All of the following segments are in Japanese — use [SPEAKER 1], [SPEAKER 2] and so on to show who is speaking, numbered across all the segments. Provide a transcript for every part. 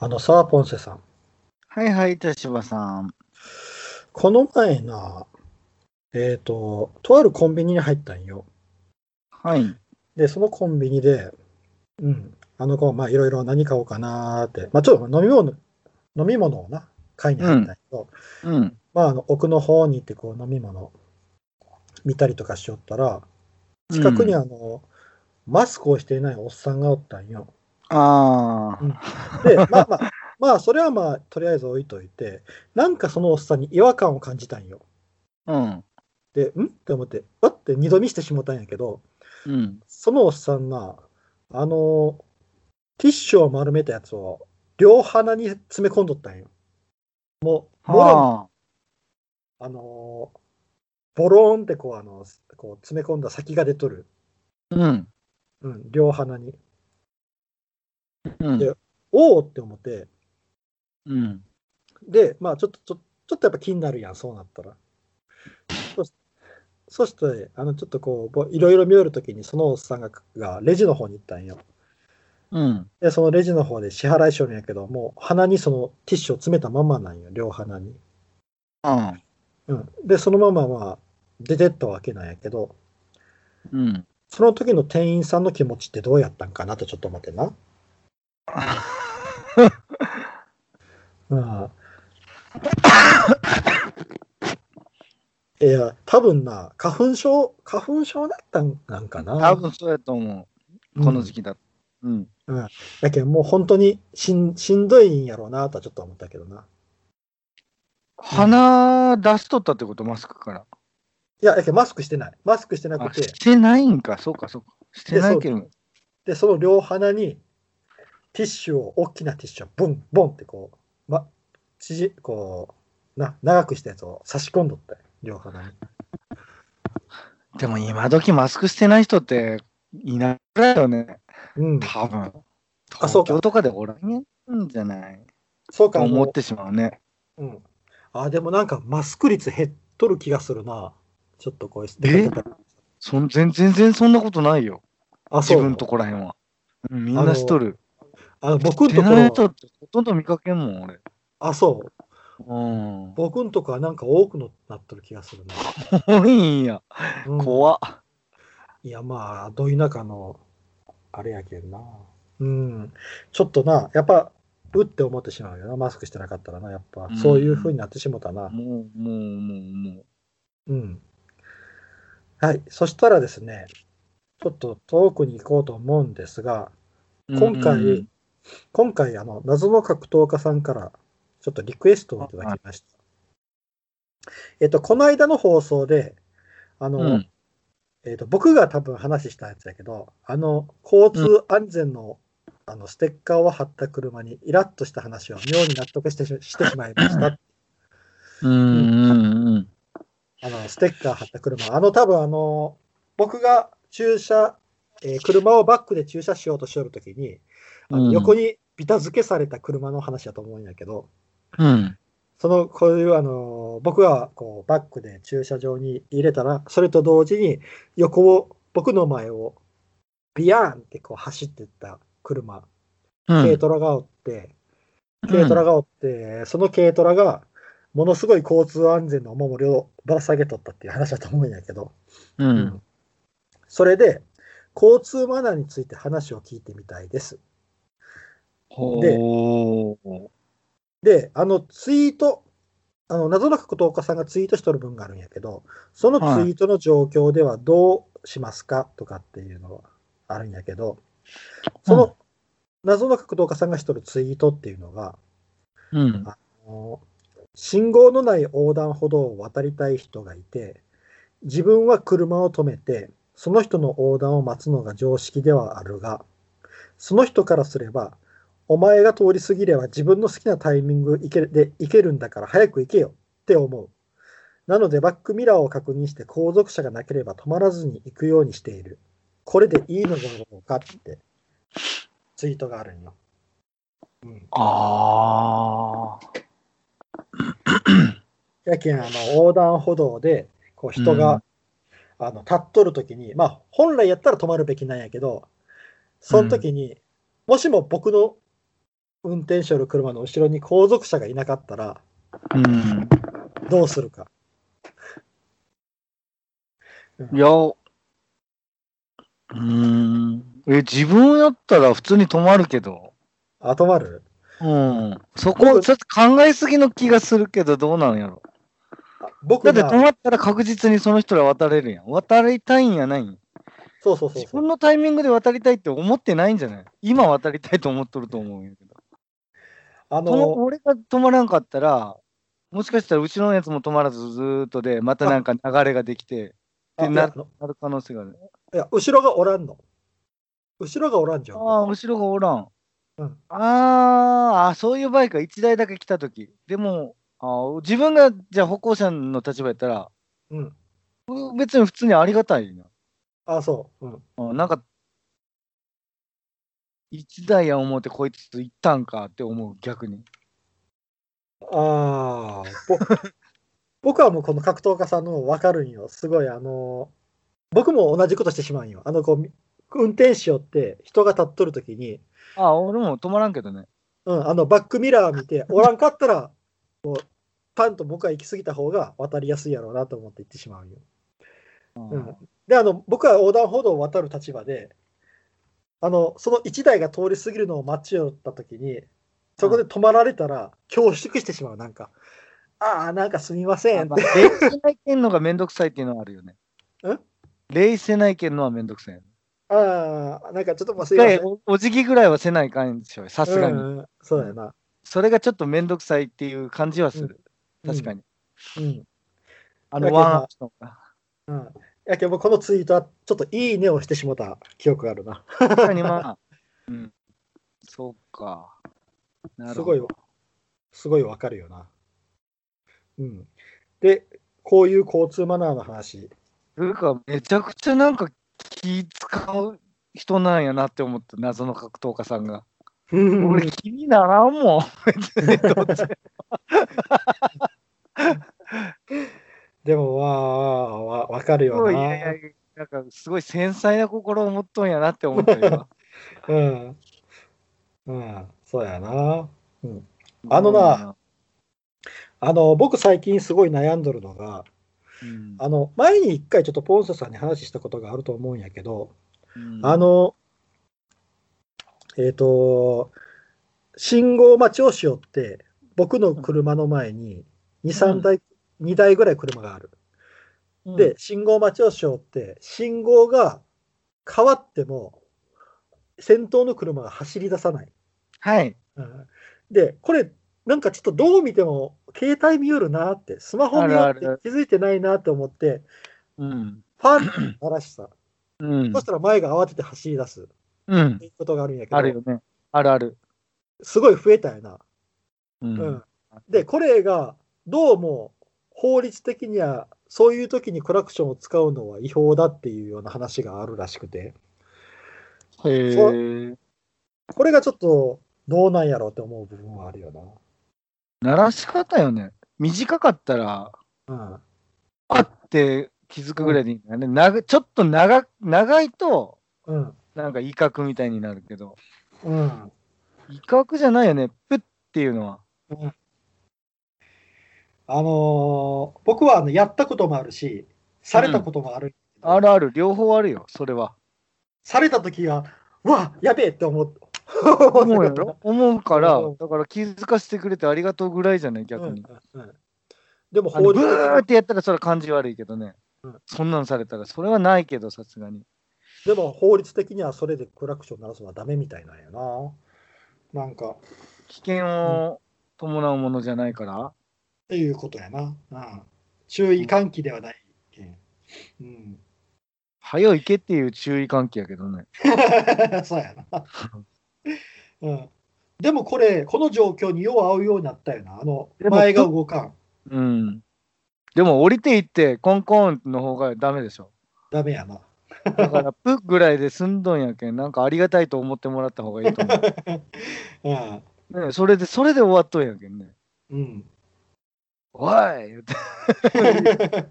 [SPEAKER 1] あの、サーポンセさん。
[SPEAKER 2] はいはい、田島さん。
[SPEAKER 1] この前な、えっ、と、とあるコンビニに入ったんよ。
[SPEAKER 2] はい。
[SPEAKER 1] で、そのコンビニで、うん、あの子、まあ、いろいろ何買おうかなーって、まあ、ちょっと飲み物、飲み物をな、買いに入ったんよ。
[SPEAKER 2] うん。
[SPEAKER 1] まあ、あの奥の方に行って、こう、飲み物見たりとかしよったら、近くに
[SPEAKER 2] あ、
[SPEAKER 1] あの、マスクをしていないおっさんがおったんよ。
[SPEAKER 2] ああ、
[SPEAKER 1] で、まあまあ、まあ、それはまあ、とりあえず置いといて、なんかそのおっさんに違和感を感じたんよ。
[SPEAKER 2] うん。
[SPEAKER 1] で、んって思って、わって二度見してしもたんやけど、
[SPEAKER 2] うん。
[SPEAKER 1] そのおっさんな、あの、ティッシュを丸めたやつを両鼻に詰め込んどったんよ。もう、もろに
[SPEAKER 2] は
[SPEAKER 1] あのー、ボローンってこう、あの、こう詰め込んだ先が出とる。
[SPEAKER 2] あ。うん。
[SPEAKER 1] うん、両鼻に。
[SPEAKER 2] うん
[SPEAKER 1] でおおって思って、
[SPEAKER 2] うん。
[SPEAKER 1] で、まあ、ちょっと、ちょちょっとやっぱ気になるやん、そうなったら。そしそして、あの、ちょっとこうぼ、いろいろ見よるときに、そのおっさんが、がレジの方に行ったんよ。
[SPEAKER 2] うん。
[SPEAKER 1] で、そのレジの方で支払いしよるんやけど、もう鼻にそのティッシュを詰めたままなんよ、両鼻に。
[SPEAKER 2] ああ。
[SPEAKER 1] うん。で、そのまま、まあ、出てったわけなんやけど、
[SPEAKER 2] うん。
[SPEAKER 1] その時の店員さんの気持ちってどうやったんかなってちょっと思って な。うん。いや、多分な、花粉症、花粉症だったんなんかな。
[SPEAKER 2] 多分そうやと思う。この時
[SPEAKER 1] 期。
[SPEAKER 2] 期だ。うん。
[SPEAKER 1] だけど、もう本当にしんしんどいんやろうなとはちょっと思ったけどな。
[SPEAKER 2] 鼻出しとったってこと、マスクから。
[SPEAKER 1] いや、だけどマスクしてない。マスクしてな
[SPEAKER 2] あ
[SPEAKER 1] くて、
[SPEAKER 2] してないんか、そうか、そうか。してないけど。
[SPEAKER 1] で、その両鼻にティッシュを、大きなティッシュをボンボンってこう、ま、縮こう、な、長くしたやつを差し込んどったよ両鼻に。
[SPEAKER 2] でも今時マスクしてない人っていないよね。
[SPEAKER 1] うん。
[SPEAKER 2] 多分。
[SPEAKER 1] あそうか
[SPEAKER 2] 東京とかでおらんやんじゃない
[SPEAKER 1] そう
[SPEAKER 2] と
[SPEAKER 1] か、
[SPEAKER 2] 思
[SPEAKER 1] も
[SPEAKER 2] ってしまうね。
[SPEAKER 1] う。うん。あ、でもなんかマスク率減っとる気がするな。ちょっとこう、
[SPEAKER 2] えそん全全然そんなことないよ。
[SPEAKER 1] あ、
[SPEAKER 2] 自
[SPEAKER 1] そう。
[SPEAKER 2] 分とこらへんは。うんみん
[SPEAKER 1] あの
[SPEAKER 2] なしとる。
[SPEAKER 1] あの僕ん
[SPEAKER 2] 出
[SPEAKER 1] と
[SPEAKER 2] ない
[SPEAKER 1] こ
[SPEAKER 2] 人ってほとんど見かけんもん、俺。
[SPEAKER 1] あ、そう。
[SPEAKER 2] うん。
[SPEAKER 1] 僕んとこはなんか多くのなっとる気がするな。
[SPEAKER 2] 多いんや。
[SPEAKER 1] うん
[SPEAKER 2] 怖っ。
[SPEAKER 1] いや、まあ、ど田舎の、あれやけんな。うん。ちょっとな、やっぱ、うって思ってしまうよな、マスクしてなかったらな、やっぱ
[SPEAKER 2] う。ん
[SPEAKER 1] そういう風になってしもたな。
[SPEAKER 2] もう、もう、もう、もう。
[SPEAKER 1] うん。はい。そしたらですね、ちょっと遠くに行こうと思うんですが、今回、
[SPEAKER 2] うんうん
[SPEAKER 1] 今回、あの、謎の格闘家さんから、ちょっとリクエストをいただきました。えっと、この間の放送で、あの、
[SPEAKER 2] うん
[SPEAKER 1] えっと、僕が多分話したやつやけど、あの、交通安全の、あの、ステッカーを貼った車にイラッとした話を妙に納得してししてしまいました。
[SPEAKER 2] うんうんうん。
[SPEAKER 1] あの、ステッカー貼った車。あの、多分あの、僕が駐車、えー車をバックで駐車しようとしよるときに、あ
[SPEAKER 2] う
[SPEAKER 1] の
[SPEAKER 2] ん
[SPEAKER 1] 横にビタ付けされた車の話だと思うんやけど、
[SPEAKER 2] うん。
[SPEAKER 1] その、こういうあの、僕がこうバックで駐車場に入れたら、それと同時に横を、僕の前をビヤーンってこう走ってった車、
[SPEAKER 2] うん
[SPEAKER 1] 軽トラがおって、軽トラがおって、その軽トラが、ものすごい交通安全のお守りをばら下げとったっていう話だと思うんやけど、
[SPEAKER 2] うん。
[SPEAKER 1] それで、交通マナーについて話を聞いてみたいです。
[SPEAKER 2] ほう。
[SPEAKER 1] で、あのツイート、あの謎の格闘家さんがツイートしとる分があるんやけど、そのツイートの状況ではどうしますかとかっていうのはあるんやけど、そ
[SPEAKER 2] うん
[SPEAKER 1] の謎の格闘家さんがしとるツイートっていうのが、
[SPEAKER 2] うん。
[SPEAKER 1] あの信号のない横断歩道を渡りたい人がいて、自分は車を止めて、その人の横断を待つのが常識ではあるが、その人からすれば、お前が通り過ぎれば自分の好きなタイミングで行けるんだから早く行けよって思う。なのでバックミラーを確認して後続車がなければ止まらずに行くようにしている。これでいいのだろうかってツイートがあるんよ。うん
[SPEAKER 2] ああ。
[SPEAKER 1] やけん、あの、横断歩道で、こう、人が、あの、立っとるときに、まあ、本来やったら止まるべきなんやけど、その時に、もしも僕の運転手の車の後ろに後続車がいなかったら、
[SPEAKER 2] うん。
[SPEAKER 1] どうするか。
[SPEAKER 2] いや、うーん。え、自分やったら普通に止まるけど。
[SPEAKER 1] あ、止まる
[SPEAKER 2] うん。そ
[SPEAKER 1] 僕
[SPEAKER 2] こ、ちょっと考えすぎの気がするけど、どうなんやろ。
[SPEAKER 1] あ僕
[SPEAKER 2] だ
[SPEAKER 1] が
[SPEAKER 2] って止まったら確実にその人ら渡れるやん。渡りたいんやないん。
[SPEAKER 1] そうそうそう
[SPEAKER 2] 自
[SPEAKER 1] そ
[SPEAKER 2] 分
[SPEAKER 1] う。
[SPEAKER 2] のタイミングで渡りたいって思ってないんじゃない今渡りたいと思っとると思うんやけど。
[SPEAKER 1] あ
[SPEAKER 2] とも
[SPEAKER 1] の、
[SPEAKER 2] 俺が止まらんかったら、もしかしたら後ろのやつも止まらずずーっとで、またなんか流れができて、
[SPEAKER 1] あ
[SPEAKER 2] て
[SPEAKER 1] いやあ
[SPEAKER 2] な
[SPEAKER 1] の
[SPEAKER 2] なる可能性がある。
[SPEAKER 1] いや、後ろがおらんの。後ろがおらんじゃん。
[SPEAKER 2] ああ、後ろがおらん。
[SPEAKER 1] うん
[SPEAKER 2] あーあ、そういう場合か、1台だけ来たとき。でもあー、自分がじゃあ歩行者の立場やったら、
[SPEAKER 1] うん。
[SPEAKER 2] 別に普通にありがたいな。
[SPEAKER 1] あ、そう。うん。
[SPEAKER 2] うんなんか、一台や思うてこいつ行ったんかって思う、逆に。
[SPEAKER 1] ああ、ぼ 僕はもうこの格闘家さんの分かるんよ。すごい、あの、僕も同じことしてしまうんよ。あの、こう、運転手よって人が立っとるときに、
[SPEAKER 2] ああ、俺も止まらんけどね。
[SPEAKER 1] うん、あの、バックミラー見て、おらんかったら、 こう、パンと僕は行き過ぎた方が渡りやすいやろうなと思って行ってしまうんよ。
[SPEAKER 2] うん
[SPEAKER 1] うんで、あの、僕は横断歩道を渡る立場で、あの、その1台が通り過ぎるのを待ちよったときに、そこで止まられたら、恐縮してしまう、なんか。ああ、なんかすみません
[SPEAKER 2] あ
[SPEAKER 1] って
[SPEAKER 2] まあ、礼せないけんのがめんどくさいっていうのはあるよね。
[SPEAKER 1] ん
[SPEAKER 2] 礼せないけんのはめんどくさい。
[SPEAKER 1] ああ、なんかちょっともうす
[SPEAKER 2] 一
[SPEAKER 1] いません
[SPEAKER 2] 回。おお辞儀ぐらいはせないかんでしょ、さすがに。
[SPEAKER 1] うんうんそうやな。
[SPEAKER 2] それがちょっとめんどくさいっていう感じはする。確か
[SPEAKER 1] に。
[SPEAKER 2] に。
[SPEAKER 1] うん。だ
[SPEAKER 2] あの
[SPEAKER 1] けど
[SPEAKER 2] ワンアクションが。
[SPEAKER 1] うん。やけど、このツイートは、ちょっといいねをしてしもた記憶があるな。
[SPEAKER 2] 確かにまあ、うん。そうか。な
[SPEAKER 1] す
[SPEAKER 2] る
[SPEAKER 1] ご
[SPEAKER 2] ほ
[SPEAKER 1] い
[SPEAKER 2] ど。、
[SPEAKER 1] すごいわかるよな。うん。で、こういう交通マナーの話。
[SPEAKER 2] というか、めちゃくちゃなんか気使う人なんやなって思った、謎の格闘家さんが。俺、気にならんもん。別にどっち
[SPEAKER 1] でも、わあ、わわかるよ
[SPEAKER 2] も
[SPEAKER 1] な。
[SPEAKER 2] いやいやいや、なんかすごい繊細な心を持っとんやなって思ったよ。
[SPEAKER 1] うん。うん、そうやな。うん。
[SPEAKER 2] 今
[SPEAKER 1] あのな、あの、僕最近すごい悩んどるのが、
[SPEAKER 2] うん
[SPEAKER 1] あの、前に一回ちょっとポンソさんに話したことがあると思うんやけど、
[SPEAKER 2] うん
[SPEAKER 1] あの、えっ、と、信号待ちをしよって、僕の車の前に2、
[SPEAKER 2] うん
[SPEAKER 1] 3台、2台ぐらい車がある。
[SPEAKER 2] うん
[SPEAKER 1] で、信号待ちをしよって、信号が変わっても、先頭の車が走り出さない。
[SPEAKER 2] はい。
[SPEAKER 1] うんで、これ、なんかちょっとどう見ても、携帯見よるなって、スマホ見よ
[SPEAKER 2] あ
[SPEAKER 1] っ
[SPEAKER 2] る
[SPEAKER 1] て
[SPEAKER 2] ある
[SPEAKER 1] 気づいてないなって思って、
[SPEAKER 2] うん。
[SPEAKER 1] ファンって鳴らした。
[SPEAKER 2] うん
[SPEAKER 1] そ。したら前が慌てて走り出す。
[SPEAKER 2] うん
[SPEAKER 1] っていうことがあるんやけど。
[SPEAKER 2] あるよね。あるある。
[SPEAKER 1] すごい増えたよな。
[SPEAKER 2] う
[SPEAKER 1] うん
[SPEAKER 2] ん。
[SPEAKER 1] で、これがどうも法律的にはそういう時にクラクションを使うのは違法だっていうような話があるらしくて、
[SPEAKER 2] へえ。
[SPEAKER 1] これがちょっとどうなんやろうって思う部分はあるよ
[SPEAKER 2] 鳴らし方よね。短かったら、
[SPEAKER 1] な。
[SPEAKER 2] あって気づくぐらいでいいんだよね。長ちょっと長長いと、
[SPEAKER 1] うん。うん。
[SPEAKER 2] なんか威嚇みたいになるけど、
[SPEAKER 1] うん。
[SPEAKER 2] 威嚇じゃないよね。プッっていうのは。
[SPEAKER 1] あのー僕はあのやったこともあるし、されたこともある。
[SPEAKER 2] あるある、両方あるよ、それは。
[SPEAKER 1] された時は、うわやべえって思う。
[SPEAKER 2] 思う やろ思うから
[SPEAKER 1] うん、
[SPEAKER 2] だから気づかせてくれてありがとうぐらいじゃない、逆に。
[SPEAKER 1] うんうんうんでも
[SPEAKER 2] あの
[SPEAKER 1] 法
[SPEAKER 2] ブ
[SPEAKER 1] 律的に
[SPEAKER 2] ーってやったらそれは感じ悪いけどね、
[SPEAKER 1] うん
[SPEAKER 2] そんなんされたらそれはないけどさすがに
[SPEAKER 1] でも法律的にはそれでクラクション鳴らすのはダメみたいなんやな。なんか、っ
[SPEAKER 2] 危険を伴うものじゃないから、
[SPEAKER 1] ていうことやな。うん、注意喚起ではないけん。うん。
[SPEAKER 2] 早よ行けっていう注意喚起やけどね
[SPEAKER 1] そうや な。うん。でもこれ、この状況によう合うようになったよな。あの、
[SPEAKER 2] でも
[SPEAKER 1] 前が動かん。
[SPEAKER 2] うんでも降りていってコンコンの方がダメでしょ
[SPEAKER 1] ダメやな。
[SPEAKER 2] だからプッぐらいで済んどんやけんなんかありがたいと思ってもらった方がいいと思
[SPEAKER 1] うん。
[SPEAKER 2] う、ね、それでそれで終わっとんやけんね
[SPEAKER 1] うん。
[SPEAKER 2] おい言うて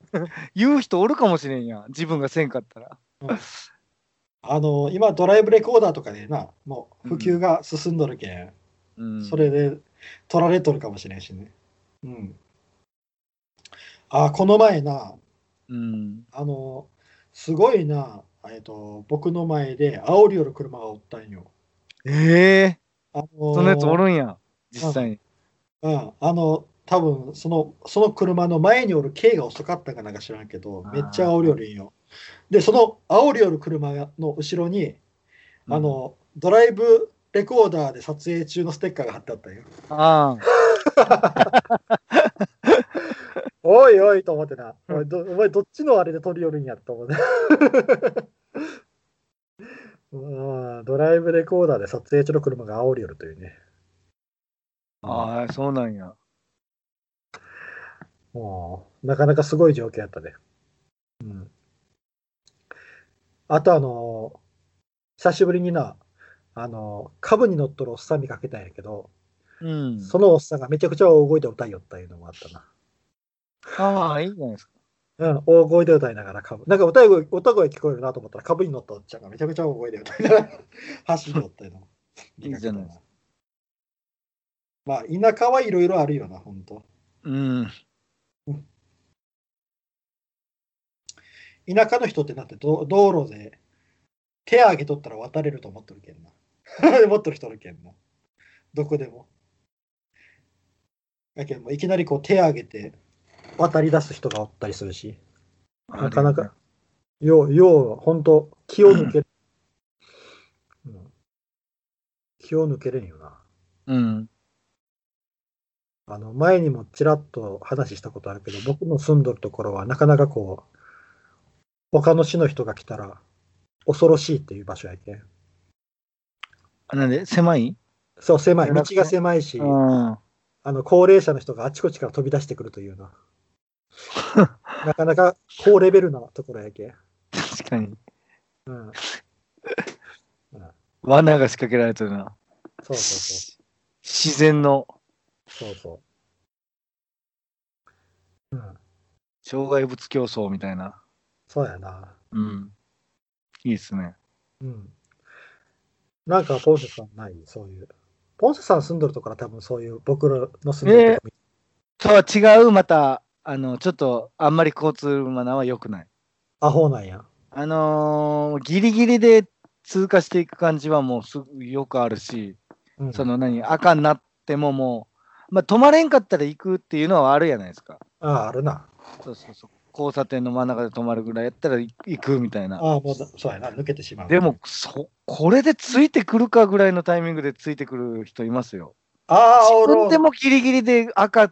[SPEAKER 2] 言う人おるかもしれんやん自分がせんかったら
[SPEAKER 1] あの、今、ドライブレコーダーとかでな、もう普及が進んどるけん。
[SPEAKER 2] うん、
[SPEAKER 1] それで取られとるかもしれんしね。うん。あ、この前な、
[SPEAKER 2] うん。
[SPEAKER 1] あの、すごいな、えっと、僕の前で煽りよる車がおったんよ。
[SPEAKER 2] ええ
[SPEAKER 1] あの
[SPEAKER 2] そのやつおるんや、実際に。
[SPEAKER 1] うん、あの、多分その、その車の前におる軽が遅かったかなんか知らんけど
[SPEAKER 2] あ、ー
[SPEAKER 1] めっちゃ煽りよるんよ。で、その煽りよる車の後ろに、あの、ドライブレコーダーで撮影中のステッカーが貼ってあったんよ。
[SPEAKER 2] ああ、
[SPEAKER 1] おいおいと思ってな、
[SPEAKER 2] うん
[SPEAKER 1] おいどお前どっちのあれで取り寄るんやと思って。 うんドライブレコーダーで撮影中の車が煽り寄るというね。
[SPEAKER 2] ああ、そうなんや。
[SPEAKER 1] もうなかなかすごい状況やったね。うん。あとあの久しぶりにな、あの株に乗っとるおっさん見かけたんやけど、
[SPEAKER 2] うん。
[SPEAKER 1] そのおっさんがめちゃくちゃ大声で歌いよったいうのもあったな。
[SPEAKER 2] ああ、いいじゃないですか。
[SPEAKER 1] うん、大声で歌いながら株。なんか歌声歌声聞こえるなと思ったら株に乗ったおっちゃんがめちゃくちゃ大声で歌いながら 走りよったいうのも。
[SPEAKER 2] いいじゃないです
[SPEAKER 1] まあ、田舎はいろいろあるよな、本当
[SPEAKER 2] うん。
[SPEAKER 1] 田舎の人ってなってど道路で手挙げとったら渡れると思っとるけんな。 思っとる人おるけんな。どこでも。やけんもういきなりこう手挙げて渡り出す人がおったりするし、なかなか、よう、よう、本当気を抜ける、うん気を抜けれんよな。
[SPEAKER 2] うん。
[SPEAKER 1] あの前にもちらっと話したことあるけど、僕の住んどるところはなかなかこう、他の市の人が来たら恐ろしいっていう場所やけん。
[SPEAKER 2] あなんで、狭い
[SPEAKER 1] そう、狭い。
[SPEAKER 2] な
[SPEAKER 1] 道
[SPEAKER 2] んかね
[SPEAKER 1] が狭いし、
[SPEAKER 2] うん。
[SPEAKER 1] あの高齢者の人があちこちから飛び出してくるという な。なかなか高レベルなところやけん。
[SPEAKER 2] 確かに。
[SPEAKER 1] うん。うん、
[SPEAKER 2] 罠が仕掛けられてるな。
[SPEAKER 1] そうそうそう。
[SPEAKER 2] 自然の
[SPEAKER 1] そうそう。うん。
[SPEAKER 2] 障害物競争みたいな。
[SPEAKER 1] そうやな。
[SPEAKER 2] うん。いいですね。
[SPEAKER 1] うん。なんか、ポンセさんないそういう。ポンセさん住んどるところは多分そういう、僕らの住んでるとこ、
[SPEAKER 2] とは違う、また、あの、ちょっと、あんまり交通マナーは良くない。
[SPEAKER 1] アホなんや。
[SPEAKER 2] あのーギリギリで通過していく感じはもうすぐよくあるし、
[SPEAKER 1] うん、
[SPEAKER 2] その何、赤になってももう、まあ、止まれんかったら行くっていうのはあるやないですか。
[SPEAKER 1] ああ、あるな。
[SPEAKER 2] そうそうそう。交差点の真ん中で止まるぐらいやったら行行くみたいな。
[SPEAKER 1] ああ、もうだ、そうやな、抜けてしまう。
[SPEAKER 2] でも、そ、これでついてくるかぐらいのタイミングでついてくる人いますよ。
[SPEAKER 1] ああ、お
[SPEAKER 2] 自
[SPEAKER 1] ろ
[SPEAKER 2] 分でもギリギリで赤、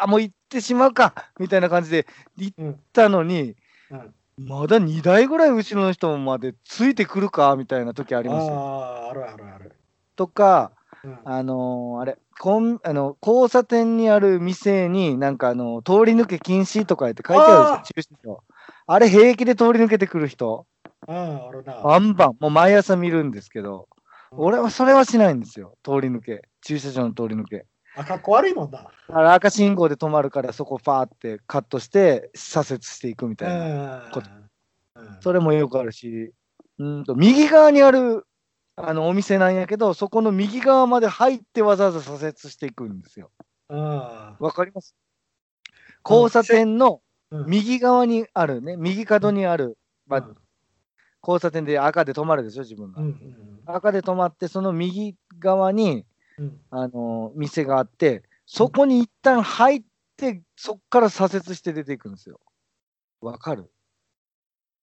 [SPEAKER 2] あ、もう行ってしまうかみたいな感じで行っ
[SPEAKER 1] うん、
[SPEAKER 2] たのに、
[SPEAKER 1] うん。
[SPEAKER 2] まだ2台ぐらい後ろの人までついてくるかみたいな時ありますよ。
[SPEAKER 1] ああ、あるあるある。
[SPEAKER 2] とか、
[SPEAKER 1] うん、
[SPEAKER 2] あのーあれコンあの、交差点にある店に、なんかあの通り抜け禁止とか言って書いてあるんですよ、駐車場。あれ、平気で通り抜けてくる人、
[SPEAKER 1] ああ、あるな。
[SPEAKER 2] バンバン、もう毎朝見るんですけど、
[SPEAKER 1] うん
[SPEAKER 2] 俺はそれはしないんですよ、通り抜け、駐車場の通り抜け。
[SPEAKER 1] あ、かっこ悪いもんな。
[SPEAKER 2] あれ赤信号で止まるから、そこ、パーってカットして、左折していくみ
[SPEAKER 1] う
[SPEAKER 2] たいな。
[SPEAKER 1] ん
[SPEAKER 2] こと。
[SPEAKER 1] うん
[SPEAKER 2] それもよくあるし、うんと右側にあるあのお店なんやけど、そこの右側まで入ってわざわざ左折していくんですよ。
[SPEAKER 1] ああ、
[SPEAKER 2] わかります交差点の
[SPEAKER 1] うん
[SPEAKER 2] 右側にあるね、右角にある、まあ
[SPEAKER 1] うん、
[SPEAKER 2] 交差点で赤で止まるでしょ、自分
[SPEAKER 1] う
[SPEAKER 2] が。
[SPEAKER 1] ん、
[SPEAKER 2] 赤で止まって、その右側に、
[SPEAKER 1] うん。
[SPEAKER 2] あのー店があって、そこに一旦入って、そこから左折して出ていくんですよ。わかる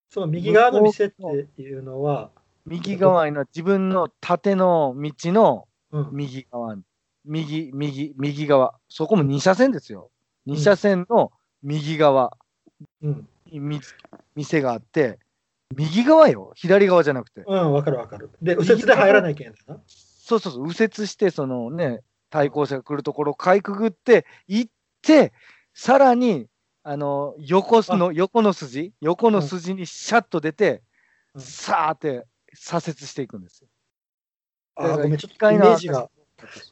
[SPEAKER 1] その右側の店っていうのは、
[SPEAKER 2] 右側の自分の縦の道の
[SPEAKER 1] うん、
[SPEAKER 2] 右側に、右、右、右側、そこも2車線ですよ。2車線の右側
[SPEAKER 1] うん、
[SPEAKER 2] にみ店があって、右側よ、左側じゃなくて。
[SPEAKER 1] うん、わかるわかる。で、右折で入らないけんな。
[SPEAKER 2] そうそうそう、右折して、そのね、対向車が来るところをかいくぐって、行って、さらに、あの横すの横の筋、横の筋にシャッと出て、
[SPEAKER 1] うん
[SPEAKER 2] さーって左折していくんですよ。
[SPEAKER 1] あー、ごめん、ちょっ
[SPEAKER 2] 一
[SPEAKER 1] と
[SPEAKER 2] 回
[SPEAKER 1] イメ
[SPEAKER 2] の
[SPEAKER 1] ージが。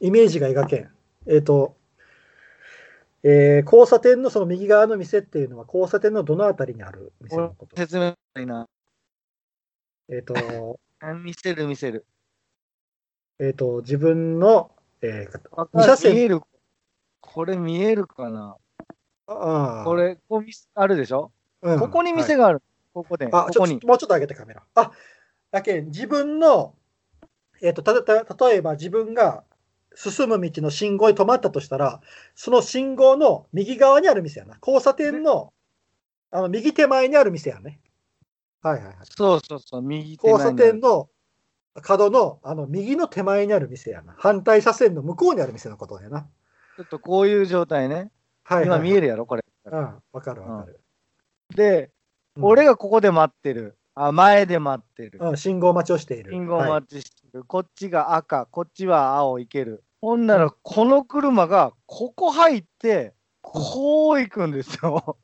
[SPEAKER 1] イメージが描けん。えっ、と、えー交差点のその右側の店っていうのは交差点のどのあたりにある店のこと
[SPEAKER 2] 説明したいな。
[SPEAKER 1] えっ、と、
[SPEAKER 2] 見せる見せる。
[SPEAKER 1] えっ、と、自分のえー
[SPEAKER 2] わ
[SPEAKER 1] 二車
[SPEAKER 2] かる
[SPEAKER 1] 線
[SPEAKER 2] 見えるこれ見えるかな
[SPEAKER 1] あー
[SPEAKER 2] こ、れ、こう見せあるでしょ、
[SPEAKER 1] うん
[SPEAKER 2] ここに
[SPEAKER 1] はい
[SPEAKER 2] 店がある。ここで、こ
[SPEAKER 1] あ、ちょ
[SPEAKER 2] こ
[SPEAKER 1] っ
[SPEAKER 2] に。
[SPEAKER 1] ともうちょっと上げてカメラ。あ、だけん自分の、えっ、とたた、例えば自分が進む道の信号に止まったとしたら、その信号の右側にある店やな。交差点の、あの、右手前にある店やね。はいはいはい。
[SPEAKER 2] そうそうそう、右手前
[SPEAKER 1] 交
[SPEAKER 2] に
[SPEAKER 1] 差点の角の、あの、右の手前にある店やな。反対車線の向こうにある店のことやな。
[SPEAKER 2] ちょっとこういう状態ね。
[SPEAKER 1] はい、
[SPEAKER 2] 今
[SPEAKER 1] はい。
[SPEAKER 2] 見えるやろ、これ。
[SPEAKER 1] うん、わかるわかる。
[SPEAKER 2] で、
[SPEAKER 1] うん
[SPEAKER 2] 俺、がここで待ってる。あ、前で待ってる。
[SPEAKER 1] うん、信号待ちをしている。
[SPEAKER 2] 信号
[SPEAKER 1] はい
[SPEAKER 2] 待ちしてる。こっちが赤、こっちは青いける。ほんなら、この車がここ入って、こう行くんですよ。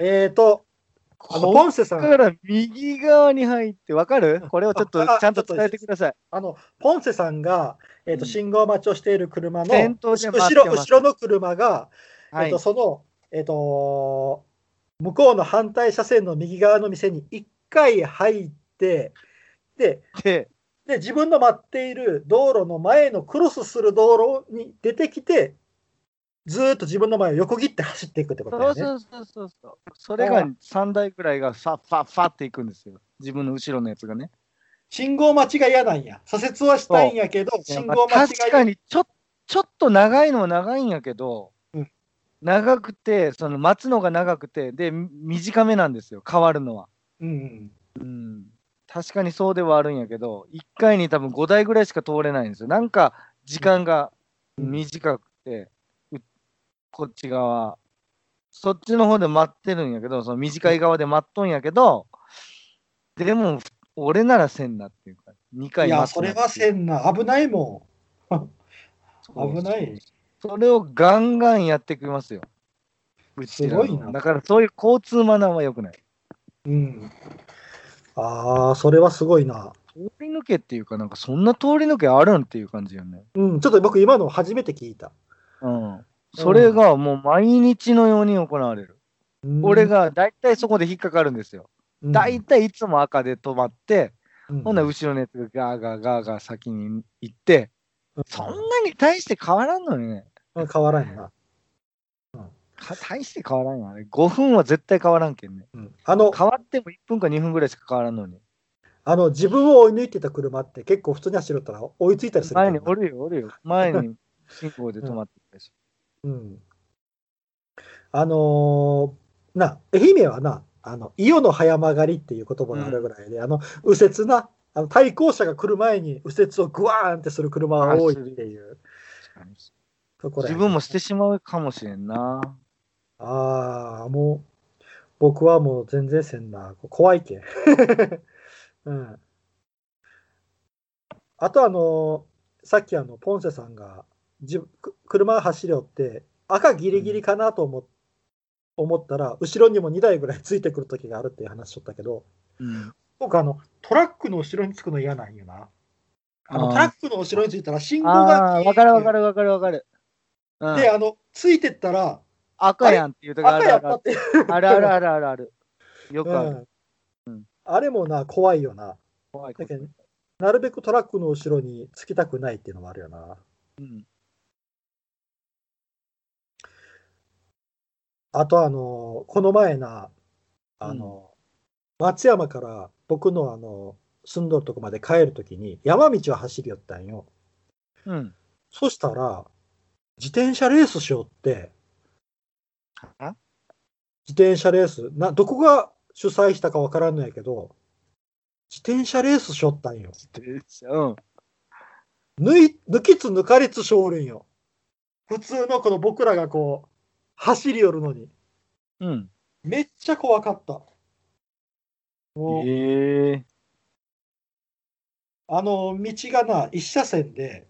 [SPEAKER 1] えっ、と、あの、ポンセさ
[SPEAKER 2] だ
[SPEAKER 1] ん。
[SPEAKER 2] から右側に入って、わかるこれをちょっと
[SPEAKER 1] ああ
[SPEAKER 2] ちゃんと伝えてください。
[SPEAKER 1] あの、ポンセさんが、えっ、と、
[SPEAKER 2] うん
[SPEAKER 1] 信号待ちをしている車の、
[SPEAKER 2] 先頭で待っ
[SPEAKER 1] 後
[SPEAKER 2] てます
[SPEAKER 1] ろ、後ろの車が、
[SPEAKER 2] は
[SPEAKER 1] えっ、
[SPEAKER 2] い
[SPEAKER 1] と、。その、えっ、と、向こうの反対車線の右側の店に一回入って、で、
[SPEAKER 2] で、
[SPEAKER 1] で、自分の待っている道路の前のクロスする道路に出てきて、ずーっと自分の前を横切って走っていくってことだ
[SPEAKER 2] そ
[SPEAKER 1] よ
[SPEAKER 2] う
[SPEAKER 1] ね。
[SPEAKER 2] そうそうそうそう。それが3台くらいがファッファッファって行くんですよ。自分の後ろのやつがね。
[SPEAKER 1] 信号待ちが嫌なんや。左折はしたいんやけど、信号待ちが
[SPEAKER 2] 確
[SPEAKER 1] 嫌
[SPEAKER 2] かにちょちょっと長いのは長いんやけど、
[SPEAKER 1] うん
[SPEAKER 2] 長くてその待つのが長くてでみ短めなんですよ変わるのは、
[SPEAKER 1] うんうん。
[SPEAKER 2] うん、確かにそうではあるんやけど1回に多分5台ぐらいしか通れないんですよなんか時間が短くて、うこっち側そっちの方で待ってるんやけどその短い側で待っとんやけどでも俺ならせんなっていうか2回
[SPEAKER 1] いや、
[SPEAKER 2] 待つ
[SPEAKER 1] そ
[SPEAKER 2] な
[SPEAKER 1] れ
[SPEAKER 2] っていう
[SPEAKER 1] はせんな。危ないもん。
[SPEAKER 2] そう
[SPEAKER 1] 危ない
[SPEAKER 2] それをガンガンやってきますよ。うちらの
[SPEAKER 1] すごいな
[SPEAKER 2] だからそういう交通マナーは良くない。
[SPEAKER 1] うん。ああ、それはすごいな。
[SPEAKER 2] 通り抜けっていうか、なんかそんな通り抜けあるんっていう感じよね。
[SPEAKER 1] うん、ちょっと僕今の初めて聞いた。
[SPEAKER 2] うん。それがもう毎日のように行われる。俺が大体そこで引っかかるんですよ。
[SPEAKER 1] うん、
[SPEAKER 2] 大体いつも赤で止まって、
[SPEAKER 1] うん、
[SPEAKER 2] ほんなら後ろのやつがガーガーガーガー先に行っ
[SPEAKER 1] うん
[SPEAKER 2] て、そんなに大して変わらんのよね。
[SPEAKER 1] うん変わらんよな。
[SPEAKER 2] か大して変わらんよ。あれ5分は絶対変わらんけんね。
[SPEAKER 1] うん、あの、
[SPEAKER 2] 変わっても1分か2分ぐらいしか変わらんのに。
[SPEAKER 1] あの自分を追い抜いてた車って結構普通に走るったら追いついたりするから
[SPEAKER 2] 前におるよ、おるよ。前に信号で止まってたし。
[SPEAKER 1] うん。あのーな、愛媛はな、あの、伊予の早曲がりっていう言葉があるぐらいで、あの、右折な、あの対向車が来る前に右折をグワーンってする車が多いっていう
[SPEAKER 2] 確かに
[SPEAKER 1] ところや
[SPEAKER 2] 自
[SPEAKER 1] ね、
[SPEAKER 2] 分もしてしまうかもしれんな。
[SPEAKER 1] ああ、もう、僕はもう全然せん な。怖いけ。うん。あとあのーさっきあの、ポンセさんが、じく車が走り寄って、赤ギリギリかなと思,、思ったら、後ろにも2台ぐらいついてくる時があるっていう話しとったけど、
[SPEAKER 2] うん、
[SPEAKER 1] 僕あの、トラックの後ろにつくの嫌なんよな。あの、
[SPEAKER 2] あー
[SPEAKER 1] トラックの後ろについたら信号が
[SPEAKER 2] ああ、わかるわか
[SPEAKER 1] る。
[SPEAKER 2] るわかるわかる。うん、
[SPEAKER 1] で、あの、ついてったら、
[SPEAKER 2] 赤やんっていうとこあ
[SPEAKER 1] 赤
[SPEAKER 2] る
[SPEAKER 1] や
[SPEAKER 2] あ
[SPEAKER 1] った
[SPEAKER 2] る
[SPEAKER 1] って
[SPEAKER 2] あるあるあるあるある。よくある。
[SPEAKER 1] う
[SPEAKER 2] うんん、
[SPEAKER 1] あれもな、怖いよな。
[SPEAKER 2] 怖いこ
[SPEAKER 1] だ
[SPEAKER 2] と
[SPEAKER 1] けどなるべくトラックの後ろにつきたくないっていうのもあるよな。
[SPEAKER 2] うん
[SPEAKER 1] あと、あの、この前な、あの、松山から僕のあの、住んどるとこまで帰るときに山道を走りよったんよ。
[SPEAKER 2] うん。
[SPEAKER 1] そしたら、自転車レースしよって、
[SPEAKER 2] あ
[SPEAKER 1] 自転車レース、な、どこが主催したかわからんのやけど、自転車レースしよったんよ。
[SPEAKER 2] 自転車うん。
[SPEAKER 1] 抜い抜きつ抜かれつ少林よ。普通のこの僕らがこう、走り寄るのに。
[SPEAKER 2] うん。
[SPEAKER 1] めっちゃ怖かった。もう、
[SPEAKER 2] ええ
[SPEAKER 1] あの、道がな、一車線で、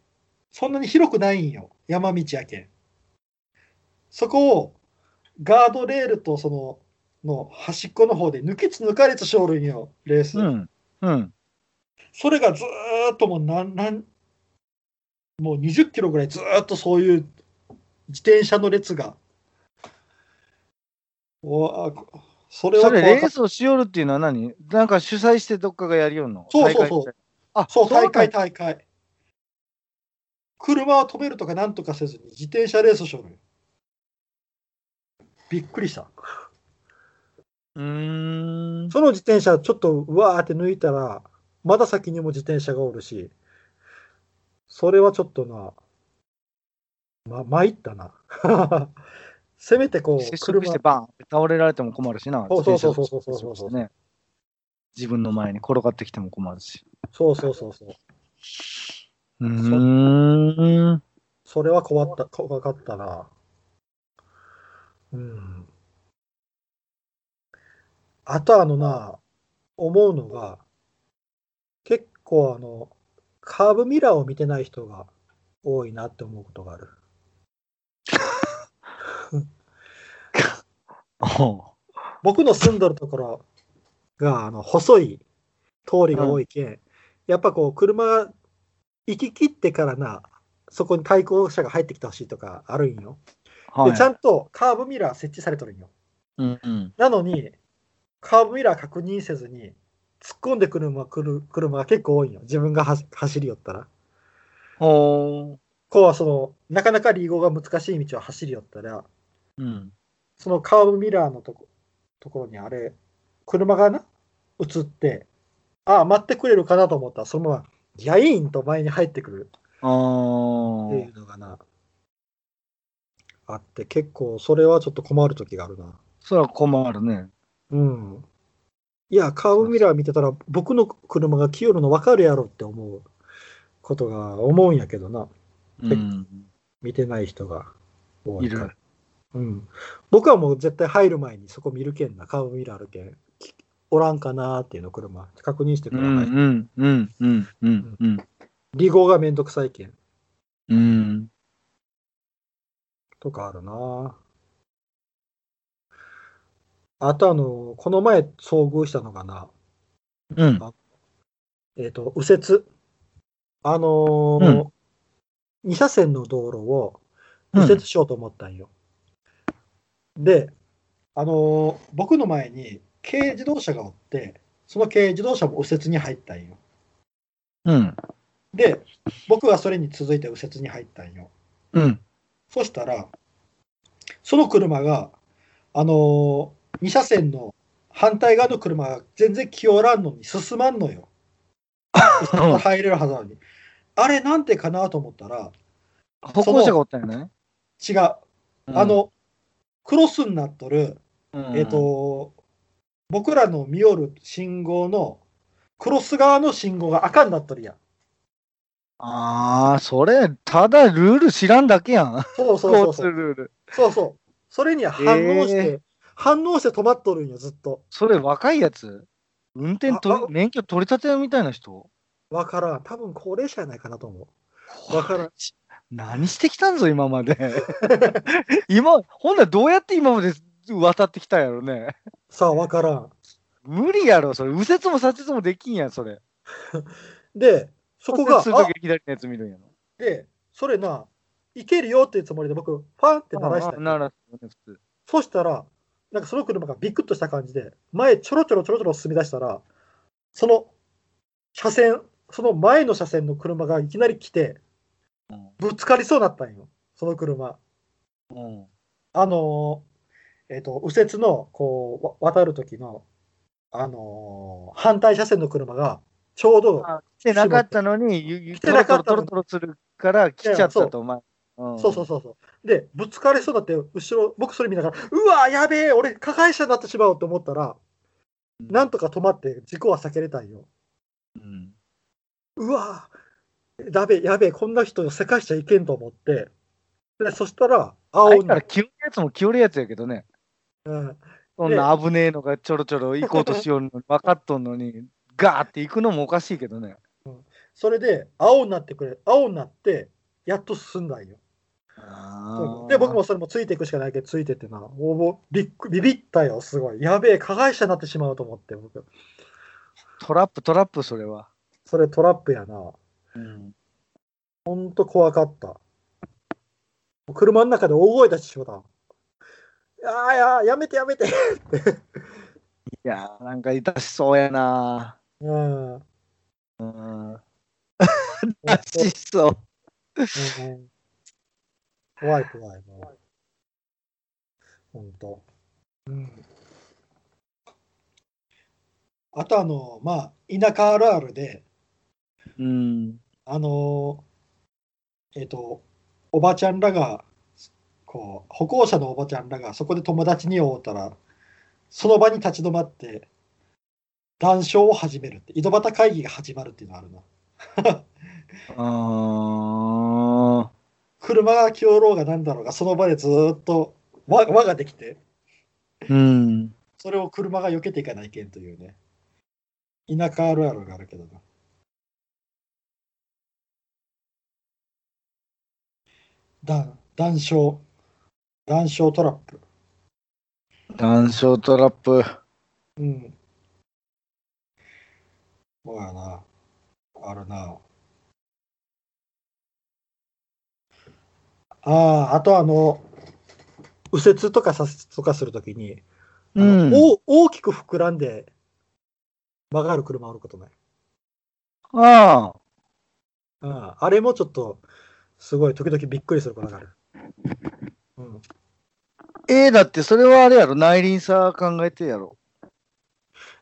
[SPEAKER 1] そんなに広くないんよ。山道やけん。そこを、ガードレールとその、の端っこの方で抜きつ抜かれつ少林よ、レース。
[SPEAKER 2] うん。うん。
[SPEAKER 1] それがずーっともうなんなんもう20キロぐらいずーっとそういう自転車の列が。おあこそれは
[SPEAKER 2] そ
[SPEAKER 1] 怖
[SPEAKER 2] れ、
[SPEAKER 1] か
[SPEAKER 2] レ
[SPEAKER 1] っ
[SPEAKER 2] ースをしよるっていうのは何なんか主催してどっかがやりよるの
[SPEAKER 1] そうそうそう
[SPEAKER 2] 大会みたいなあ、
[SPEAKER 1] そう、大
[SPEAKER 2] なん
[SPEAKER 1] 会、
[SPEAKER 2] だ
[SPEAKER 1] 大会。車を止めるとかなんとかせずに自転車レースしよるよ。びっくりした。
[SPEAKER 2] うーん。
[SPEAKER 1] その自転車ちょっとうわーって抜いたら、まだ先にも自転車がおるし、それはちょっとな、ま、参ったな。 せめてこ
[SPEAKER 2] 接
[SPEAKER 1] う、
[SPEAKER 2] 触してバン倒れられても困るしな。
[SPEAKER 1] そうそうそうそう
[SPEAKER 2] 自転車
[SPEAKER 1] そうそうそうそう
[SPEAKER 2] 接触してね。自分の前に転がってきても困るし。
[SPEAKER 1] そうそうそうそう。
[SPEAKER 2] うーん。
[SPEAKER 1] それは怖った、怖かったな。うん。あとあのな、思うのが、結構あの、カーブミラーを見てない人が多いなって思うことがある。
[SPEAKER 2] おう
[SPEAKER 1] 僕の住んどるところがあの細い通りが多いけん、やっぱこう車行き切ってからなそこに対向車が入ってきてほしいとかあるんよ、
[SPEAKER 2] はい。
[SPEAKER 1] でちゃんとカーブミラー設置されとるんよ
[SPEAKER 2] うんうん。
[SPEAKER 1] なのにカーブミラー確認せずに突っ込んでくる車来る車が結構多いんよ自分がはし走り寄ったら
[SPEAKER 2] おー
[SPEAKER 1] こうはそのなかなかリーゴが難しい道を走り寄ったら
[SPEAKER 2] うん。
[SPEAKER 1] そのカーブミラーのとこところにあれ、車がな、映って、ああ、待ってくれるかなと思ったら、そのまま、ギャイーンと前に入ってくる
[SPEAKER 2] あ
[SPEAKER 1] ってい
[SPEAKER 2] ー
[SPEAKER 1] うのがな、あって、結構、それはちょっと困る時があるな。
[SPEAKER 2] それは困るね。
[SPEAKER 1] うん。いや、カーブミラー見てたら、僕の車が清るの分かるやろって思うことが思うんやけどな、
[SPEAKER 2] うん。
[SPEAKER 1] 見てない人が多
[SPEAKER 2] い
[SPEAKER 1] いから。
[SPEAKER 2] る。
[SPEAKER 1] うん、僕はもう絶対入る前にそこ見るけんな、カーブミラーあるけん、きおらんかなーっていうの車、確認してく
[SPEAKER 2] う
[SPEAKER 1] だ
[SPEAKER 2] ん
[SPEAKER 1] さい。
[SPEAKER 2] うんうんうんうんうん。
[SPEAKER 1] 離合がめんどくさいけん
[SPEAKER 2] うん。
[SPEAKER 1] とかあるなあとあの、この前遭遇したのがな、
[SPEAKER 2] うん。
[SPEAKER 1] えっ、と、右折。あのー二2車線の道路を右折しようと思ったんよ。で、あのー僕の前に軽自動車がおって、その軽自動車も右折に入ったんよ。
[SPEAKER 2] うん。
[SPEAKER 1] で、僕はそれに続いて右折に入ったんよ。
[SPEAKER 2] うん。
[SPEAKER 1] そしたら、その車が、あのー、2車線の反対側の車が全然気おらんのに進まんのよ。入れるはずなのに。あれなんてかなと思ったら、
[SPEAKER 2] 歩行者がおったよね。
[SPEAKER 1] 違う。あの、クロスになっとる、
[SPEAKER 2] うん、
[SPEAKER 1] えっ、と、僕らの見よる信号の、クロス側の信号が赤になっとるやん。
[SPEAKER 2] ああ、それ、ただルール知らんだけやん。
[SPEAKER 1] そうそうそう
[SPEAKER 2] 交
[SPEAKER 1] そ
[SPEAKER 2] 通
[SPEAKER 1] う。
[SPEAKER 2] ルール。
[SPEAKER 1] そうそう。それには反応して、
[SPEAKER 2] え
[SPEAKER 1] 反応して止まっとるんよ、ずっと。
[SPEAKER 2] それ、若いやつ運転
[SPEAKER 1] ああ
[SPEAKER 2] と、免許取り立てみたいな人
[SPEAKER 1] わからん。多分高齢者やないかなと思う。わからん。
[SPEAKER 2] 何してきたんぞ、今まで。 今、ほんならどうやって今まで渡ってきたんやろね。
[SPEAKER 1] さあ、わからん。
[SPEAKER 2] 無理やろ、それ。右折も左折もできんやん、それ。
[SPEAKER 1] で、そこが、
[SPEAKER 2] 左折する
[SPEAKER 1] あ
[SPEAKER 2] とき左のやつ見るんやろ。
[SPEAKER 1] で、それな、いけるよっていうつもりで僕、ファンって鳴らした
[SPEAKER 2] ああ
[SPEAKER 1] んよ
[SPEAKER 2] 鳴らしたよね、普通。
[SPEAKER 1] そしたら、なんかその車がビクッとした感じで、前ちょろちょろちょろちょろ進み出したら、その車線、その前の車線の車がいきなり来て
[SPEAKER 2] うん、
[SPEAKER 1] ぶつかりそうになったんよ、その車。
[SPEAKER 2] うん。
[SPEAKER 1] あのーえっ、と、右折の、こう、わ渡る時の、あのー反対車線の車が、ちょうど、
[SPEAKER 2] あ来てなかったのに、ゆゆ
[SPEAKER 1] 来てなかった
[SPEAKER 2] ト
[SPEAKER 1] の
[SPEAKER 2] ロ
[SPEAKER 1] に
[SPEAKER 2] トロトロトロするから来ちゃったと、お前。
[SPEAKER 1] そうそうそうそう。で、ぶつかりそうだって、後ろ、僕それ見ながら、うわ、やべえ、俺、加害者になってしまうと思ったら、なんとか止まって、事故は避けれたんよ。
[SPEAKER 2] うん。
[SPEAKER 1] うわ、だべえ、やべえ、こんな人、せかしちゃいけんと思って、でそしたら、青
[SPEAKER 2] あい
[SPEAKER 1] に
[SPEAKER 2] つ、ら清るやつも清るやつやけどね。
[SPEAKER 1] うん、
[SPEAKER 2] そんな危ねえのがちょろちょろ行こうとしよるのに分かっとんのに、ガーって行くのもおかしいけどね。
[SPEAKER 1] それで、青になってくれ、青になって、やっと進んだんよ。で、僕もそれもついていくしかないけど、ついてってな、おぼびっくビビったよ、すごい。やべえ、加害者になってしまうと思って、僕。
[SPEAKER 2] トラップ、トラップ、それは。
[SPEAKER 1] それトラップやな。
[SPEAKER 2] うん、
[SPEAKER 1] ほんと怖かった。車の中で大声出してしまった。あややめてやめて。
[SPEAKER 2] いやー、なんか痛しそうやな
[SPEAKER 1] うん。
[SPEAKER 2] ー。うん、痛しそう。
[SPEAKER 1] うん怖い怖い、もう。ほんと。うん。あとあの、まあ、田舎あるあるで、
[SPEAKER 2] うん。
[SPEAKER 1] あのー、えっ、と、おばちゃんらが、こう、歩行者のおばちゃんらが、そこで友達に会うたら、その場に立ち止まって、談笑を始めるって、井戸端会議が始まるっていうのがあるな。
[SPEAKER 2] ああ。
[SPEAKER 1] 車が来よろうがなんだろうが、その場でずーっと輪輪ができて、
[SPEAKER 2] うん。
[SPEAKER 1] それを車が避けていかないけんというね、田舎あるあるがあるけどな。だ談笑、談笑トラップ。
[SPEAKER 2] 談笑トラップ。
[SPEAKER 1] うん。そうやな。あるな。ああ、あとあの、右折とか左折とかするときに、あ
[SPEAKER 2] う
[SPEAKER 1] の
[SPEAKER 2] ん。
[SPEAKER 1] お大きく膨らんで曲がる車おることない。
[SPEAKER 2] ああ。
[SPEAKER 1] うん、あれもちょっと、すごい、時々びっくりすることがある。うん、
[SPEAKER 2] ええだってそれはあれやろ。内輪差考えてやろ。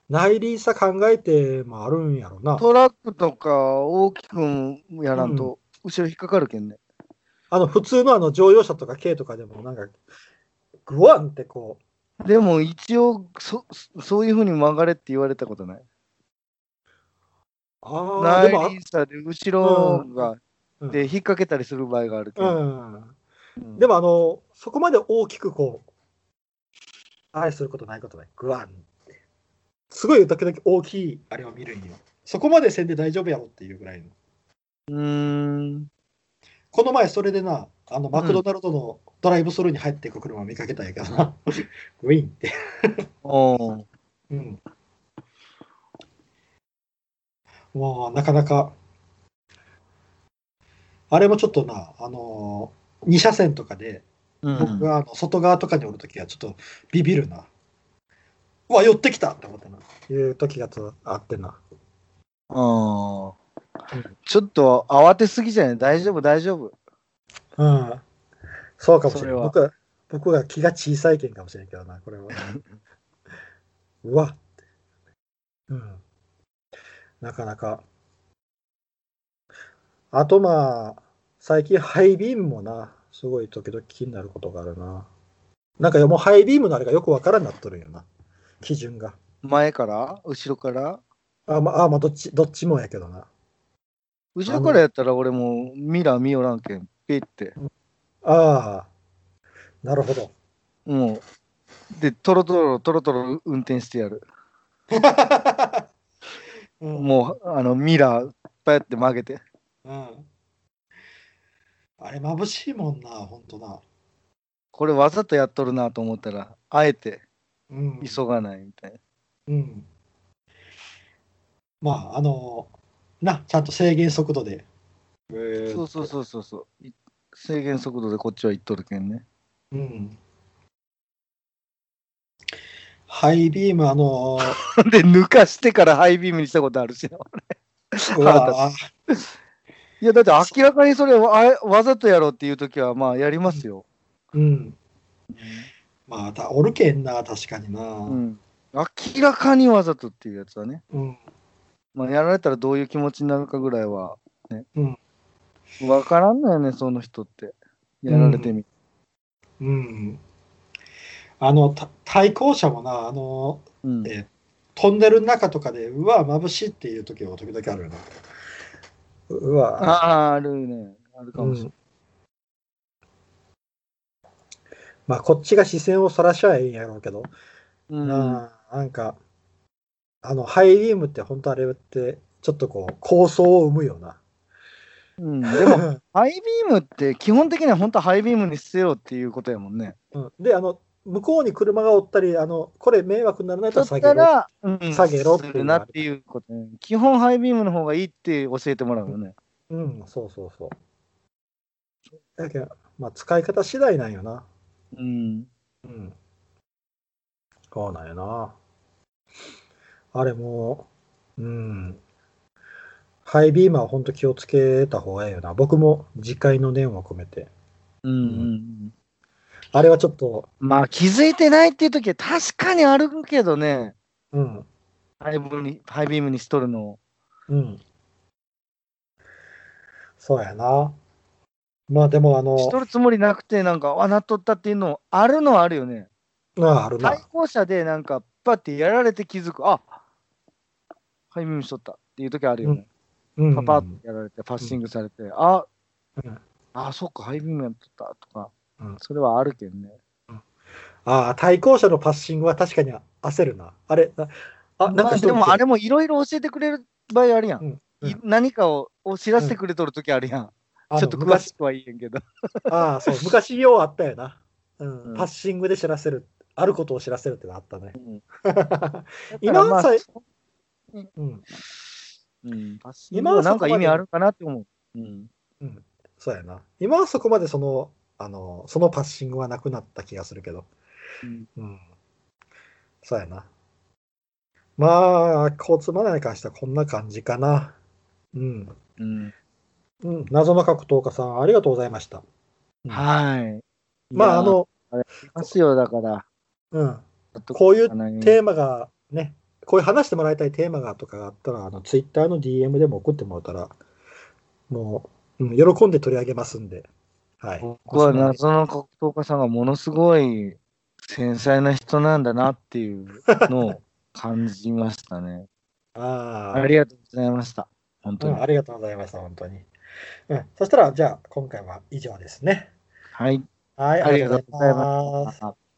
[SPEAKER 1] 内輪差考えてもあるんやろな。
[SPEAKER 2] トラックとか大きくやらんと、後ろ引っかかるけんね。
[SPEAKER 1] あの普通のあの乗用車とか軽とかでも、なんか、グワンってこう、
[SPEAKER 2] でも一応そ、そういうふうに曲がれって言われたことない。
[SPEAKER 1] ああ、
[SPEAKER 2] 内
[SPEAKER 1] でもあ、
[SPEAKER 2] 輪差で後ろが、
[SPEAKER 1] うん
[SPEAKER 2] で引っ掛けたりする場合があるけど。
[SPEAKER 1] うん。でも、あの、そこまで大きくこう、あれすることないことない。グワンってすごい時々大きいあれを見るんよ。そこまでせんで大丈夫やろっていうぐらいの。
[SPEAKER 2] うーん。
[SPEAKER 1] この前それでな、あの、マクドナルドのドライブスルーに入っていく車を見かけたんやけどな。 ウィンって。
[SPEAKER 2] おー
[SPEAKER 1] うん。もう、なかなか。あれもちょっとな、あのー、2車線とかで、
[SPEAKER 2] うん。
[SPEAKER 1] 僕があの外側とかにおるときはちょっとビビるな。うわ、寄ってきたって思ってな。いう時がとあってな。
[SPEAKER 2] ああ
[SPEAKER 1] うん。
[SPEAKER 2] ちょっと慌てすぎじゃない大丈夫、大丈夫。
[SPEAKER 1] うん。そうかもしれ
[SPEAKER 2] それ
[SPEAKER 1] ない。
[SPEAKER 2] は
[SPEAKER 1] 僕は、僕が気が小さい件かもしれんけどな、これ は。うわって。うん。なかなか。あとまあ、最近ハイビームもな、すごい時々気になることがあるな。なんかもうハイビームのあれがよくわからんなっとるんよな。基準が。
[SPEAKER 2] 前から後ろから
[SPEAKER 1] あまあ、あまあ、どっち、どっちもやけどな。
[SPEAKER 2] 後ろからやったら俺もうミラー見よらんけん、ピッて。
[SPEAKER 1] ああ、なるほど。
[SPEAKER 2] もう。で、トロトロ、トロトロ運転してやる。
[SPEAKER 1] うん
[SPEAKER 2] もう、あの、ミラー、パッて曲げて。
[SPEAKER 1] うん。あれ眩しいもんな、ほんとな。
[SPEAKER 2] これわざとやっとるなと思ったら、あえて
[SPEAKER 1] うん。
[SPEAKER 2] 急がないみたいな。
[SPEAKER 1] うん。まあ、あのな、ちゃんと制限速度で。
[SPEAKER 2] そうそうそうそうそう。い制限速度でこっちは行っとるけんね。
[SPEAKER 1] うん。ハイビーム、あ のー
[SPEAKER 2] で、抜かしてからハイビームにしたことあるしな。
[SPEAKER 1] うわー
[SPEAKER 2] いや、だって明らかにそれわあれわざとやろうっていう時は、まあ、やりますよ。
[SPEAKER 1] うん。まあ、たおるけんな、確かにな。
[SPEAKER 2] う
[SPEAKER 1] うん。
[SPEAKER 2] ん。明らかにわざとっていうやつはね。
[SPEAKER 1] うん。
[SPEAKER 2] まあ、やられたらどういう気持ちになるかぐらいは、ね。
[SPEAKER 1] うん
[SPEAKER 2] わからんのよね、その人って。やられてみ。
[SPEAKER 1] あの、た対向車もな、あの
[SPEAKER 2] うん。
[SPEAKER 1] えトンネルの中とかで、うわ、眩しいっていう時は時々あるよな。うわ
[SPEAKER 2] ああ、あるね。あるかもしれない。
[SPEAKER 1] まあこっちが視線をそらしゃええんやろうけど、
[SPEAKER 2] うん。
[SPEAKER 1] なあなんかあのハイビームって本当あれってちょっとこう構想を生むよな。
[SPEAKER 2] うん、でも、ハイビームって基本的には本当はハイビームに捨てようっていうことやもんね。
[SPEAKER 1] うん、であの向こうに車がおったりあのこれ迷惑にならないと
[SPEAKER 2] だっ
[SPEAKER 1] 下げろ。
[SPEAKER 2] たら、うん
[SPEAKER 1] 下げろって
[SPEAKER 2] す
[SPEAKER 1] いう
[SPEAKER 2] るなっていうことね。基本ハイビームの方がいいって教えてもらうよね。
[SPEAKER 1] うんそうそうそう。だけどまあ使い方次第なんよな。
[SPEAKER 2] うん。
[SPEAKER 1] うん。そうなんやな。あれもう、うん。ハイビーマーは本当気をつけた方がいいよな。僕も自戒の念を込めて。
[SPEAKER 2] うんうんうん
[SPEAKER 1] あれはちょっと、
[SPEAKER 2] まあ気づいてないっていう時は確かにあるけどね、
[SPEAKER 1] うん、
[SPEAKER 2] ハイブーにハイビームにしとるのを。
[SPEAKER 1] うん。そうやな。まあでもあの
[SPEAKER 2] し、とるつもりなくて、なんか、あ、なっとったっていうのあるのはあるよね。
[SPEAKER 1] ああるな
[SPEAKER 2] 対。向車でなんか、パッてやられて気づく、あハイビームしとったっていう時あるよ
[SPEAKER 1] う
[SPEAKER 2] ね。
[SPEAKER 1] ん
[SPEAKER 2] パパッてやられて、パッシングされて、あ、
[SPEAKER 1] うん
[SPEAKER 2] あ、そっか、ハイビームやっとったとか、
[SPEAKER 1] うん
[SPEAKER 2] それはあるけどね。
[SPEAKER 1] ああ、対向車のパッシングは確かに焦るな。あれ、なあ、なん
[SPEAKER 2] ま
[SPEAKER 1] か
[SPEAKER 2] あ、
[SPEAKER 1] 一人
[SPEAKER 2] で
[SPEAKER 1] 来てる
[SPEAKER 2] もあれもいろいろ教えてくれる場合あるやん。
[SPEAKER 1] うんうん
[SPEAKER 2] い何かをを知らせてくれとる時あるやん。
[SPEAKER 1] あの
[SPEAKER 2] ちょっと詳しくは言えんけど。
[SPEAKER 1] 昔ああ、そう、昔ようあったよな。うん、
[SPEAKER 2] うん
[SPEAKER 1] パッシングで知らせる、あることを知らせるってのあったね。
[SPEAKER 2] 今
[SPEAKER 1] 今
[SPEAKER 2] まあ
[SPEAKER 1] さえ うん、
[SPEAKER 2] うん、今
[SPEAKER 1] 今は
[SPEAKER 2] は
[SPEAKER 1] そ
[SPEAKER 2] なん
[SPEAKER 1] こま
[SPEAKER 2] か
[SPEAKER 1] で
[SPEAKER 2] 意味あるかなって思う。うん、
[SPEAKER 1] うん、そうやな。今はそこまでその、あの、そのパッシングはなくなった気がするけど。
[SPEAKER 2] うん
[SPEAKER 1] うん。そうやな。まあ、交通マナーに関してはこんな感じかな。うん。
[SPEAKER 2] うん
[SPEAKER 1] うん、謎の格闘家さん、ありがとうございました。うん
[SPEAKER 2] はい。
[SPEAKER 1] まあ、あ
[SPEAKER 2] いや、
[SPEAKER 1] の、
[SPEAKER 2] いますよ、だから。
[SPEAKER 1] うん、
[SPEAKER 2] ちょっと
[SPEAKER 1] こういう
[SPEAKER 2] 何
[SPEAKER 1] テーマがね、こういう話してもらいたいテーマがとかがあったら、あの、ツイッターの DM でも送ってもらったら、もう、うん、喜んで取り上げますんで。はい。
[SPEAKER 2] 僕は謎の格闘家さんがものすごい繊細な人なんだなっていうのを感じまし たね。
[SPEAKER 1] あ
[SPEAKER 2] ありがとうございました。本
[SPEAKER 1] あ、
[SPEAKER 2] 当
[SPEAKER 1] う
[SPEAKER 2] に。
[SPEAKER 1] ん、ありがとうございました、本当に。うん、そしたら、じゃあ、今回は以上ですね。
[SPEAKER 2] はい。
[SPEAKER 1] はい、
[SPEAKER 2] ありがとうござい
[SPEAKER 1] ありがとうございま。
[SPEAKER 2] ますす。